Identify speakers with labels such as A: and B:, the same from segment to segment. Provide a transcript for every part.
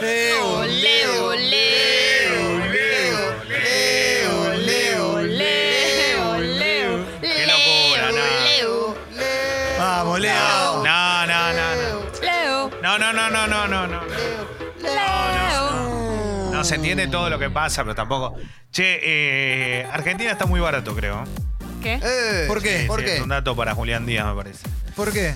A: Leo,
B: Leo, Leo, Leo, Leo, Leo, Leo, Leo.
C: Qué locura, no.
B: Leo,
A: Vamos, Leo.
C: No, no, no, no.
B: Leo,
C: No, no, no, no, no, no, no.
B: Leo.
A: Mm.
C: No se entiende todo lo que pasa, pero tampoco. Che, eh, Argentina está muy barato, creo.
B: ¿Qué?
A: Eh, ¿Por qué?
C: Sí,
A: ¿Por
C: sí,
A: qué?
C: Es un dato para Julián Díaz, me parece.
A: ¿Por qué?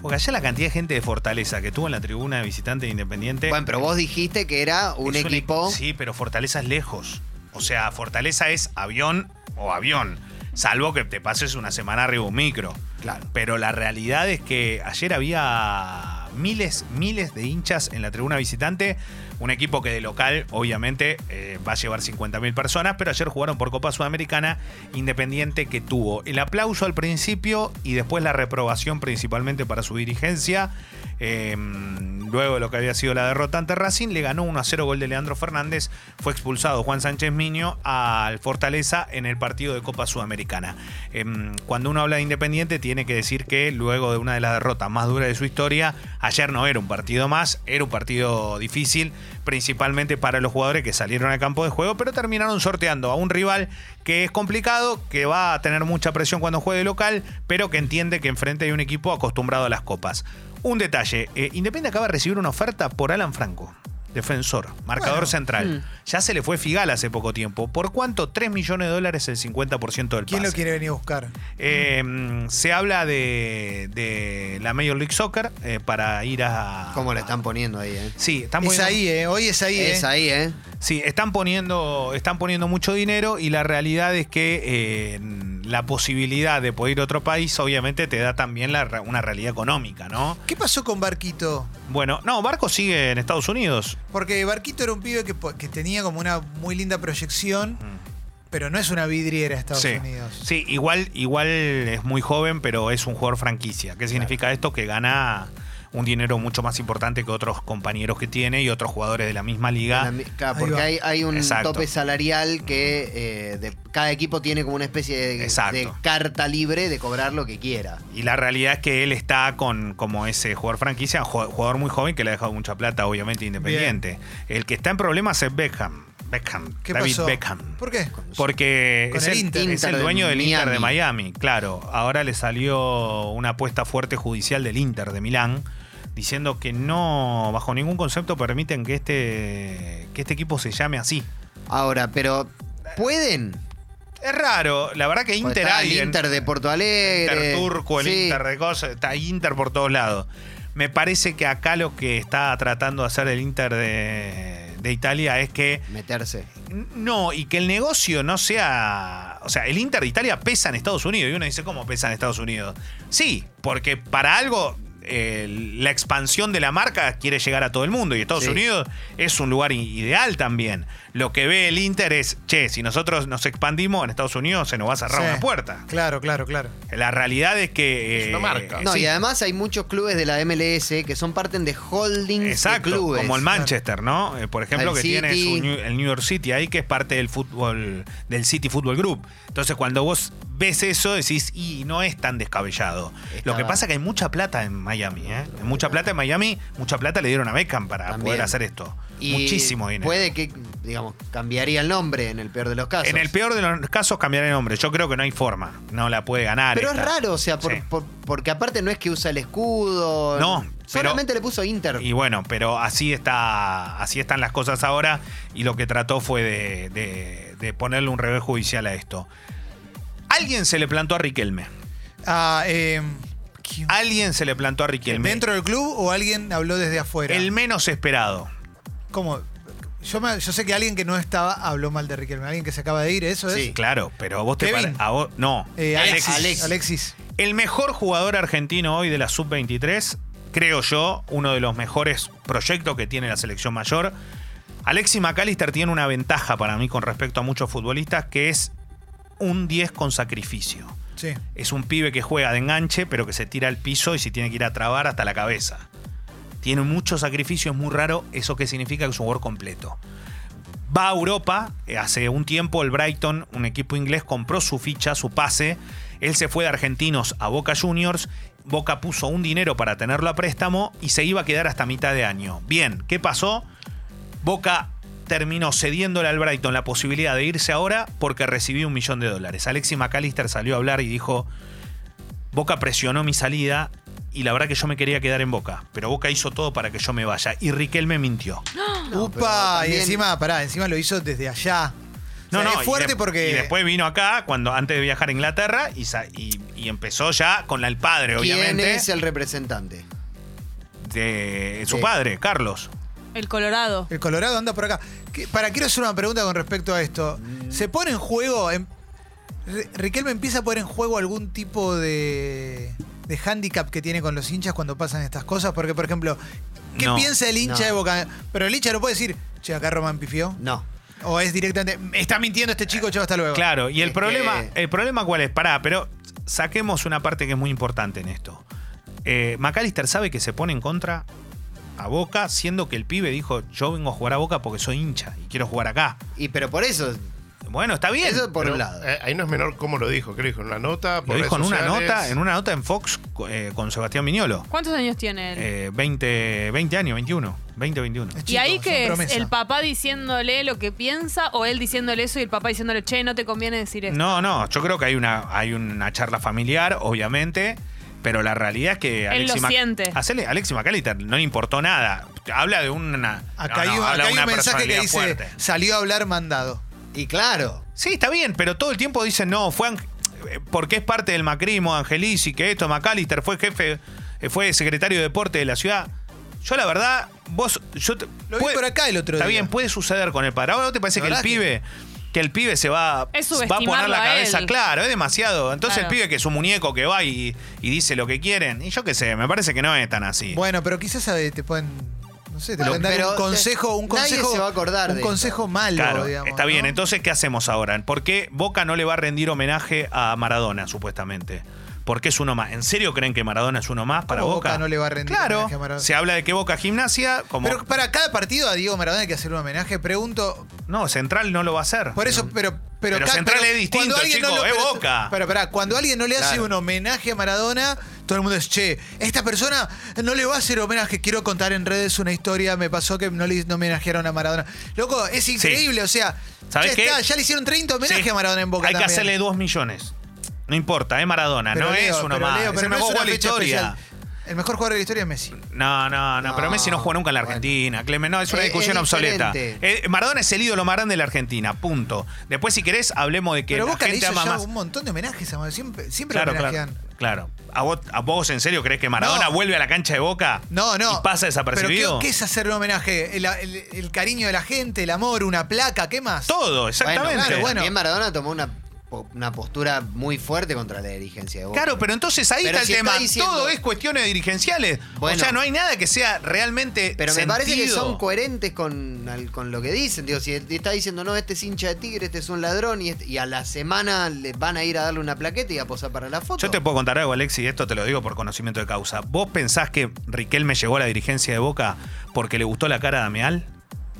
C: Porque allá la cantidad de gente de Fortaleza que tuvo en la tribuna de visitante de Independiente.
B: Bueno, pero vos dijiste que era
C: es
B: un equipo.
C: Sí, pero Fortaleza es lejos. O sea, Fortaleza es avión o avión. Salvo que te pases una semana arriba de un micro.
A: Claro.
C: Pero la realidad es que ayer había miles, miles de hinchas en la tribuna visitante. Un equipo que de local, obviamente, eh, va a llevar 50.000 personas, pero ayer jugaron por Copa Sudamericana Independiente que tuvo el aplauso al principio y después la reprobación principalmente para su dirigencia. Eh, luego de lo que había sido la derrota ante Racing, le ganó 1 a 0 gol de Leandro Fernández. Fue expulsado Juan Sánchez Miño al Fortaleza en el partido de Copa Sudamericana. Em, cuando uno habla de Independiente, tiene que decir que luego de una de las derrotas más duras de su historia, ayer no era un partido más, era un partido difícil, principalmente para los jugadores que salieron al campo de juego, pero terminaron sorteando a un rival que es complicado, que va a tener mucha presión cuando juegue local, pero que entiende que enfrente hay un equipo acostumbrado a las copas. Un detalle, eh, Independiente acaba de recibir una oferta por Alan Franco. Defensor, marcador central. Ya se le fue Figal hace poco tiempo. ¿Por cuánto? 3 millones de dólares el 50% del
A: ¿Quién
C: pase.
A: lo quiere venir a buscar?
C: Eh, mm, se habla de, de la Major League Soccer eh, para ir a.
B: ¿Cómo lo están poniendo ahí, eh?
C: Sí, están
A: Es
C: poniendo,
A: ahí, ¿eh? Hoy es ahí, ¿eh?
B: Es ahí, ¿eh?
C: sí, están poniendo, están poniendo mucho dinero y la realidad es que eh, mm, la posibilidad de poder ir a otro país, obviamente, te da también la ra- una realidad económica, ¿no?
A: ¿Qué pasó con Barquito?
C: Bueno, no, Barco sigue en Estados Unidos.
A: Porque Barquito era un pibe que, po- que tenía como una muy linda proyección,
C: Mm.
A: pero no es una vidriera Estados
C: sí,
A: Unidos.
C: sí, igual, igual es muy joven, pero es un jugador franquicia. ¿Qué significa esto? Que gana un dinero mucho más importante que otros compañeros que tiene y otros jugadores de la misma liga.
B: La mi- claro,
A: Ahí
B: porque
A: va.
B: hay, hay un
C: Exacto.
B: tope salarial que eh, de- cada equipo tiene como una especie de,
C: Exacto.
B: de carta libre de cobrar lo que quiera.
C: Y la realidad es que él está con como ese jugador franquicia, jo- jugador muy joven que le ha dejado mucha plata, obviamente, independiente. El que está en problemas es Beckham. Beckham.
A: ¿Qué
C: David
A: pasó?
C: Beckham.
A: ¿Por qué?
C: Porque
A: Con
C: es
A: el
C: el,
A: Inter.
C: es el
B: Pues, Inter de
C: dueño del Inter de
B: Miami.
C: Miami, claro. Ahora le salió una apuesta fuerte judicial del Inter de Milán diciendo que no, bajo ningún concepto, permiten que este, que este equipo se llame así.
B: Ahora, pero ¿pueden?
C: Es raro, la verdad que
B: Porque
C: Inter
B: Pues está
C: hay
B: el
C: en-
B: Inter de Porto Alegre.
C: Inter turco, el
B: Sí.
C: Inter de cosas, está Inter por todos lados. Me parece que acá lo que está tratando de hacer el Inter de, de Italia es que
B: Meterse.
C: no, y que el negocio no sea. O sea, el Inter de Italia pesa en Estados Unidos. Y uno dice, ¿cómo pesa en Estados Unidos? Sí, porque para algo eh, la expansión de la marca quiere llegar a todo el mundo. Y Estados
B: Sí.
C: Unidos es un lugar i- ideal también. Lo que ve el Inter es, che, si nosotros nos expandimos en Estados Unidos, se nos va a cerrar
A: Sí.
C: una puerta.
A: Claro, claro, claro.
C: La realidad es que.
D: Es una
C: eh,
D: marca.
B: No,
C: sí,
B: y además hay muchos clubes de la MLS que son parte de holdings
C: Exacto,
B: de clubes.
C: como el Manchester, ¿no? Eh, Por ejemplo,
B: El
C: que tiene
B: City.
C: su New- el New York City ahí, que es parte del fútbol, del City Football Group. Entonces, cuando vos ves eso, decís, y no es tan descabellado.
B: Está-
C: Lo que pasa es que hay mucha plata en Miami, ¿eh? Hay mucha plata en Miami, mucha plata le dieron a Beckham para
B: También.
C: poder hacer esto.
B: Y
C: Muchísimo dinero.
B: Puede que, digamos, cambiaría el nombre en el peor de los casos.
C: En el peor de los casos, cambiar el nombre. Yo creo que no hay forma. No la puede ganar.
B: Pero es
C: esta.
B: raro, o sea, por-
C: Sí.
B: por- porque aparte no es que usa el escudo.
C: No, pero-
B: Solamente le puso Inter.
C: Y bueno, pero así está, así están las cosas ahora. Y lo que trató fue de, de- de ponerle un revés judicial a esto. Alguien se le plantó a Riquelme.
A: Ah, eh, ¿quién?
C: Alguien se le plantó a Riquelme.
A: ¿Dentro del club o alguien habló desde afuera?
C: el menos esperado.
A: ¿Cómo? Yo, me- yo sé que alguien que no estaba habló mal de Riquelme. Alguien que se acaba de ir, ¿eso es?
B: Sí.
C: Claro, pero a vos te
A: Kevin.
C: pare- a vos- No.
A: Eh, Alexis,
B: Alexis.
A: Alexis.
C: El mejor jugador argentino hoy de la sub-23, creo yo, uno de los mejores proyectos que tiene la selección mayor. Alexis McAllister tiene una ventaja para mí con respecto a muchos futbolistas, que es un 10 con sacrificio.
A: Sí.
C: Es un pibe que juega de enganche, pero que se tira al piso y si tiene que ir a trabar hasta la cabeza. Tiene mucho sacrificio, es muy raro. ¿Eso qué significa? Que es un jugador completo. Va a Europa. eh, Hace un tiempo el Brighton, un equipo inglés, compró su ficha, su pase. Él se fue de Argentinos a Boca Juniors Boca puso un dinero para tenerlo a préstamo y se iba a quedar hasta mitad de año. Bien, ¿qué pasó? Boca terminó cediéndole al Brighton la posibilidad de irse ahora porque recibió un millón de dólares. Alexis McAllister salió a hablar y dijo, Boca presionó mi salida y la verdad que yo me quería quedar en Boca, pero Boca hizo todo para que yo me vaya y Riquel me mintió.
B: pero
A: Upa,
B: también-
A: y encima, pará, encima lo hizo desde allá. O
C: No,
A: sea,
C: no,
A: es
C: y
A: fuerte
C: de-
A: porque.
C: Y después vino acá, cuando antes de viajar a Inglaterra, y, sa- y- y empezó ya con la- el padre,
B: ¿Quién
C: obviamente,
B: es el representante?
C: de su
B: Sí.
C: padre, Carlos.
D: El Colorado.
A: El Colorado anda por acá. Que- Para, quiero hacer una pregunta con respecto a esto. ¿Se pone en juego. em- Ri- Riquelme empieza a poner en juego algún tipo de. de hándicap que tiene con los hinchas cuando pasan estas cosas? Porque, por ejemplo, ¿qué
C: No,
A: piensa el hincha
B: no.
A: de Boca? Pero el hincha no puede decir, che, acá Román pifió.
B: No.
A: O es directamente, está mintiendo este chico, chao, hasta luego.
C: Claro, y el
B: Es
C: problema,
B: que-
C: el problema cuál es, pará, pero saquemos una parte que es muy importante en esto. Eh, McAllister sabe que se pone en contra a Boca, siendo que el pibe dijo, yo vengo a jugar a Boca porque soy hincha y quiero jugar acá.
B: Y pero por eso,
C: Bueno, está bien.
B: eso por
E: Pero,
B: un lado.
E: eh, ahí no es menor cómo lo dijo, que lo dijo en una nota.
C: Lo
E: por
C: dijo en
E: redes
C: una
E: sociales.
C: nota, en una nota en Fox eh, con Sebastián Miñolo.
D: ¿Cuántos años tiene él?
C: Eh, 20, 20 años, 21. 20, 21.
D: ¿Y
A: Es chico,
D: ahí
A: son
D: que es?
A: promesa.
D: ¿El papá diciéndole lo que piensa o él diciéndole eso y el papá diciéndole, che, no te conviene decir esto?
C: No, no, yo creo que hay una, hay una charla familiar, obviamente, pero la realidad es que
D: Él lo
C: Mac-
D: siente.
C: Hacele- Alexis McAllister no le importó nada. Habla de una.
A: Acá
C: no,
A: hay,
C: no,
A: un-
C: habla
A: acá
C: de
A: hay
C: una
A: un mensaje que
C: personalidad
A: dice,
C: fuerte.
A: salió a hablar mandado.
B: Y claro,
C: Sí, está bien, pero todo el tiempo dicen, no, fue. ang- eh, Porque es parte del macrismo, Angelici, que esto, McAllister fue jefe, eh, fue secretario de deporte de la ciudad. Yo, la verdad, vos. Yo te-
A: Lo vi por acá el otro
C: Está
A: día.
C: bien, puede suceder con el padre. Ahora, ¿no te parece
A: La
C: que el
A: verdad que-
C: pibe, que el pibe se va,
D: Es
C: va a poner
D: subestimarlo
C: la
D: a
C: cabeza?
D: él.
C: Claro, es demasiado. Entonces
D: Claro.
C: el pibe que es un muñeco que va y, y dice lo que quieren. Y yo qué sé, me parece que no es tan así.
A: Bueno, pero quizás ¿sabe? te pueden, no sé, te
B: Bueno,
A: pueden dar
B: pero
A: un consejo, un
B: nadie
A: consejo,
B: se va a acordar
A: un
B: de
A: consejo malo,
C: Claro,
A: digamos,
C: está bien.
A: ¿no?
C: Entonces, ¿qué hacemos ahora? ¿Por qué Boca no le va a rendir homenaje a Maradona, supuestamente? Porque es uno más. ¿En serio creen que Maradona es uno más para
A: ¿Cómo
C: Boca?
A: Boca no le va a rendir
C: Claro.
A: homenaje a Maradona?
C: Se habla de que Boca gimnasia, como.
A: Pero para cada partido a Diego Maradona hay que hacer un homenaje. Pregunto,
C: no, Central no lo va a hacer.
A: por eso, pero. Pero,
C: Pero
A: ca-
C: Central
A: pero
C: es distinto,
A: cuando alguien
C: chico, es
A: pero-
C: Boca.
A: Pero pará, cuando alguien no le hace
B: Claro.
A: un homenaje a Maradona, todo el mundo dice, che, esta persona no le va a hacer homenaje. Quiero contar en redes una historia, me pasó que no le no homenajearon a Maradona. Loco, es increíble, o sea,
C: ¿Sabés
A: ya,
C: qué?
A: está, ya le hicieron 30 homenajes
C: Sí.
A: a Maradona en Boca.
C: Hay
A: también.
C: que hacerle dos millones. No importa, es Maradona,
A: Pero
C: Ah, no
A: Leo,
C: es uno
A: pero
C: más.
A: Leo,
C: Es
A: pero
C: el
A: no
C: mejor
A: es una
C: jugador de la
A: fecha
C: historia.
A: especial. El mejor jugador de la historia es Messi.
C: No, no, no,
B: No,
C: pero Messi no jugó nunca en la
B: bueno.
C: Argentina. Clemen, no, es una
A: Eh,
B: Es-
C: discusión
B: es
C: obsoleta.
B: diferente.
C: Eh, Maradona es el ídolo más grande de la Argentina, punto. Después, si querés, hablemos de que
A: pero
C: la
A: Boca le
C: gente
A: hizo
C: ama
A: ya
C: más.
A: un montón de homenajes a Maradona. Siempre, siempre
C: Claro,
A: homenajean.
C: claro, claro. ¿A vos, a vos en serio crees que Maradona
A: No.
C: vuelve a la cancha de Boca?
A: No, no.
C: ¿Y pasa
A: ¿Pero
C: desapercibido?
A: qué, qué es hacer un homenaje? El, el- el cariño de la gente, el amor, una placa, ¿qué más?
C: Todo, exactamente.
B: Bueno,
C: Claro,
B: claro,
A: bueno.
B: También Maradona tomó una, po- una postura muy fuerte contra la dirigencia de Boca.
C: pero entonces ahí
B: Pero
C: está
B: si
C: el
B: está
C: tema.
B: diciendo-
C: Todo es cuestiones dirigenciales.
B: Bueno.
C: o sea, no hay nada que sea realmente.
B: Pero me parece que
C: sentido.
B: son coherentes con, al- con lo que dicen. Digo, si él está diciendo, no, este es hincha de tigre, este es un ladrón, y, este- y a la semana le van a ir a darle una plaqueta y a posar para la foto.
C: Yo te puedo contar algo, Alexi, y esto te lo digo por conocimiento de causa. ¿Vos pensás que Riquelme llegó a la dirigencia de Boca porque le gustó la cara de Ameal?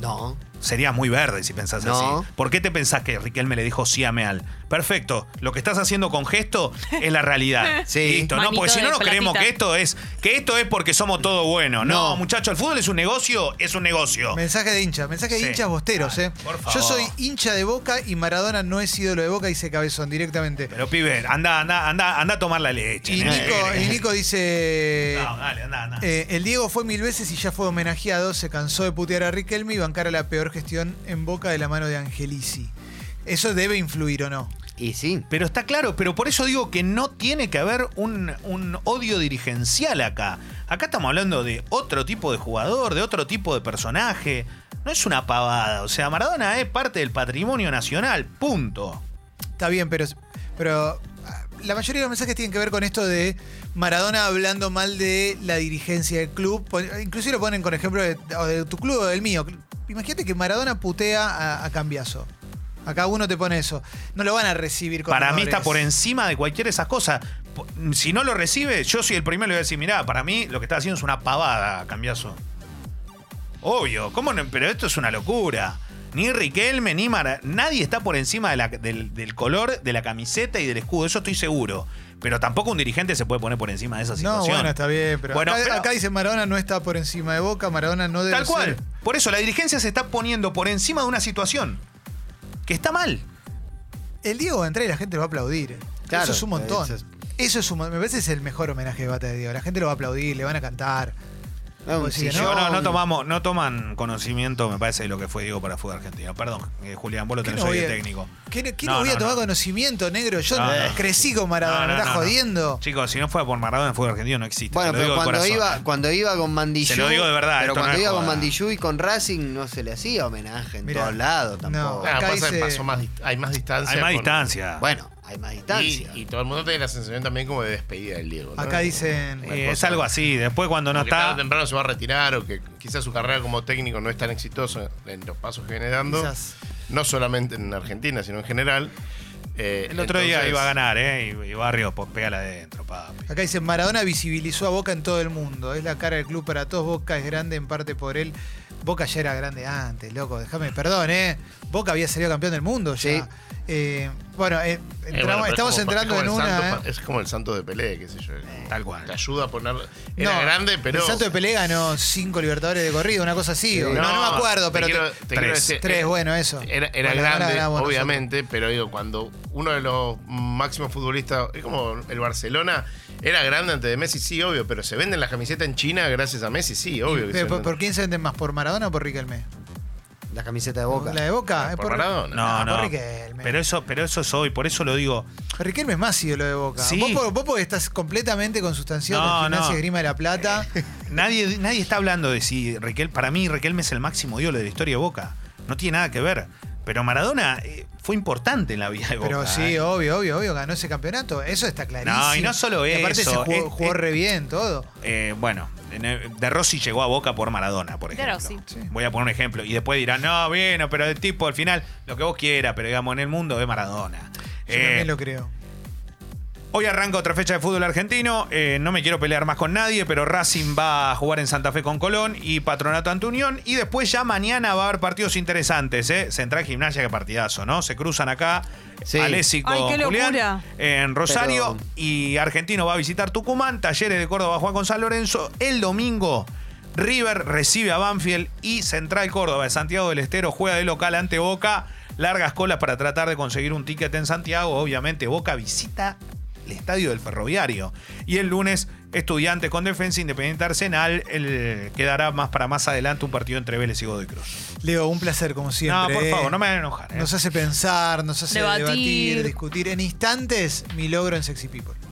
B: No.
C: Serías muy verde si pensás
B: No.
C: así. ¿Por qué te pensás que Riquelme le dijo sí a Meal? Perfecto, lo que estás haciendo con gesto es la realidad.
B: Sí.
C: Listo, ¿no?
D: Manito
C: Porque si no
D: de
C: nos creemos que
D: platita.
C: esto es que esto es porque somos todo bueno. No,
B: No.
C: muchacho, el fútbol es un negocio, es un negocio.
A: Mensaje de hincha, mensaje de
C: Sí.
A: hinchas bosteros,
C: Ay,
A: ¿eh?
C: por favor.
A: Yo soy hincha de Boca y Maradona no es ídolo de Boca, dice Cabezón directamente.
C: Pero pibe, anda, anda, anda, anda a tomar la leche.
A: Y
C: nene.
A: Nico, y Nico dice...
C: No, dale, anda, anda.
A: Eh, el Diego fue mil veces y ya fue homenajeado. Se cansó de putear a Riquelme y bancar a la peor gestión en boca de la mano de Angelici. ¿Eso debe influir o no?
B: Y sí.
C: Pero está claro, pero por eso digo que no tiene que haber un, un odio dirigencial acá. Acá estamos hablando de otro tipo de jugador, de otro tipo de personaje. No es una pavada. O sea, Maradona es parte del patrimonio nacional. Punto.
A: Está bien, pero, pero ah, la mayoría de los mensajes tienen que ver con esto de Maradona hablando mal de la dirigencia del club. Pon- Inclusive lo ponen con ejemplo de, o de tu club o del mío. Imagínate que Maradona putea a, a Cambiaso. Acá uno te pone eso. No lo van a recibir con
C: Para mí está
A: honores.
C: por encima de cualquiera de esas cosas. Po- Si no lo recibe, yo soy el primero que voy a decir, mirá, para mí lo que está haciendo es una pavada, cambiazo. Obvio, ¿cómo no? Pero esto es una locura. Ni Riquelme, ni Mara. Nadie está por encima de la- del, del color de la camiseta y del escudo. Eso estoy seguro. Pero tampoco un dirigente se puede poner por encima de esa
A: No,
C: situación.
A: bueno, está bien, pero,
C: Bueno,
A: acá,
C: pero-
A: acá dice Maradona no está por encima de Boca, Maradona no debe
C: Tal cual.
A: ser.
C: Por eso la dirigencia se está poniendo por encima de una situación que está mal.
A: El Diego va a entrar y la gente lo va a aplaudir.
B: Claro,
A: eso es un montón.
B: eso es-
A: Eso es un, mon- me parece que es el mejor homenaje de Bata de Diego. La gente lo va a aplaudir, le van a cantar.
B: No, un
A: Pues sí, ¿no?
C: Yo
B: sillón.
C: "Oh, no, no tomamos, no toman conocimiento, me parece, de lo que fue Diego para el fútbol argentino. Perdón, eh, Julián, vos lo tenés
A: no
C: hoy de
A: voy a-
C: técnico.
A: ¿Qué, qué
C: No,
A: no voy
C: no,
A: a tomar
C: no.
A: conocimiento, negro? Yo
C: No, no.
A: crecí con Maradona,
C: No,
A: ¿me
C: no,
A: estás
C: no, no.
A: jodiendo?
C: Chicos, si no fuera por Maradona en fútbol argentino no existe.
B: Bueno,
C: te lo
B: pero
C: digo de
B: cuando
C: corazón.
B: iba, cuando iba con Mandillú.
C: Se lo digo de verdad,
B: Pero
C: esto no
B: cuando
C: es
B: iba con
C: joda.
B: Mandillú y con Racing no se le hacía homenaje en
A: Mirá.
B: todos lados
A: No.
B: tampoco.
E: Nada,
A: Acá
E: Ah, pasa que
A: dice-
E: pasó más dist- hay más distancia.
C: Hay más
E: con-
C: distancia.
B: Bueno, hay más
E: Y,
B: distancia.
E: y todo el mundo tiene la sensación también como de despedida del Diego. ¿no?
A: Acá dicen.
E: Una
C: Eh, es
E: cosa-
C: algo así. Después cuando no
E: Porque tarde
C: está.
E: o temprano se va a retirar o que quizás su carrera como técnico no es tan exitosa en los pasos que viene dando,
A: Quizás.
E: no solamente en Argentina, sino en general. Eh,
C: El otro día
E: entonces-
C: iba a ganar, ¿eh? Y, y Barrio, pues pégala adentro, papi.
A: Acá dicen, Maradona visibilizó a Boca en todo el mundo. Es la cara del club para todos. Boca es grande en parte por él. Boca ya era grande antes, loco. Déjame, perdón, ¿eh? Boca había salido campeón del mundo ya.
B: Sí.
A: Eh, bueno, eh,
E: Eh,
A: entramos-
E: bueno, pero es
A: estamos
E: como-
A: entrando
E: es
A: en
E: como el
A: una.
E: santo-
A: ¿eh?
E: Es como el santo de Pelé, qué sé yo.
C: Tal cual.
E: Te ayuda a poner. Era
A: No,
E: grande, pero.
A: El Santo de Pelé ganó cinco libertadores de corrido, una cosa así.
B: Sí.
A: o- no, no me acuerdo,
E: te
A: pero.
E: quiero-
A: te-
E: te quiero
C: tres.
E: decir,
A: tres,
E: eh,
A: bueno, eso.
E: Era, era
A: Bueno, ahora
E: grande,
A: ganamos nosotros.
E: obviamente, pero digo, cuando uno de los máximos futbolistas, es como el Barcelona, era grande antes de Messi, sí, obvio, pero se venden las camisetas en China gracias a Messi, sí, obvio. que se
A: Pero, ¿por,
E: venden.
A: por quién se venden más? ¿Por Maradona o por Riquelme?
B: La camiseta de Boca.
A: ¿La de Boca? eh, ¿Es
E: por
C: No,
E: Maradona.
A: No,
C: no.
A: ah, por Riquelme.
C: Pero eso, pero eso es hoy, por eso lo digo.
A: Riquelme es más ídolo de Boca.
C: Sí.
A: Vos, por- vos porque estás completamente consustanciado
C: No,
A: con Gimnasia
C: no.
A: y Esgrima de la Plata.
C: Nadie, nadie está hablando de si Riquel, para mí Riquelme es el máximo ídolo de la historia de Boca. No tiene nada que ver. Pero Maradona eh, fue importante en la vida de Boca.
A: Pero sí,
C: ¿eh?
A: obvio, obvio, obvio, ganó ese campeonato. Eso está clarísimo.
C: No, y no solo
A: Y aparte
C: eso,
A: se jugó,
C: es-
A: jugó
C: es-
A: re bien todo.
C: Eh, bueno, en el- De Rossi llegó a Boca por Maradona, por
D: De
C: ejemplo.
D: Rossi.
A: Sí.
C: Voy a poner un ejemplo. Y después dirán, no, bueno, pero el tipo al final, lo que vos quieras, pero digamos, en el mundo es Maradona.
A: Yo
C: Eh,
A: también lo creo.
C: Hoy arranca otra fecha de fútbol argentino. Eh, no me quiero pelear más con nadie, pero Racing va a jugar en Santa Fe con Colón y Patronato ante Unión. Y después ya mañana va a haber partidos interesantes. ¿eh? Central Gimnasia, que partidazo, ¿no? Se cruzan acá.
B: Sí.
C: Alessi con
D: Ay, qué
C: Julián
D: locura.
C: en Rosario.
B: Pero-
C: Y Argentino va a visitar Tucumán. Talleres de Córdoba Juan con San Lorenzo. El domingo. River recibe a Banfield y Central Córdoba de Santiago del Estero juega de local ante Boca. Largas colas para tratar de conseguir un ticket en Santiago. Obviamente Boca visita el estadio del ferroviario. Y el lunes, estudiante con defensa independiente Arsenal. El, quedará más para más adelante un partido entre Vélez y Godoy Cruz.
A: Leo, un placer como siempre.
C: No, por
A: ¿eh?
C: favor, no me van a enojar. ¿eh?
A: Nos hace pensar, nos hace
D: Debatir.
A: debatir discutir. En instantes, mi logro en Sexy People.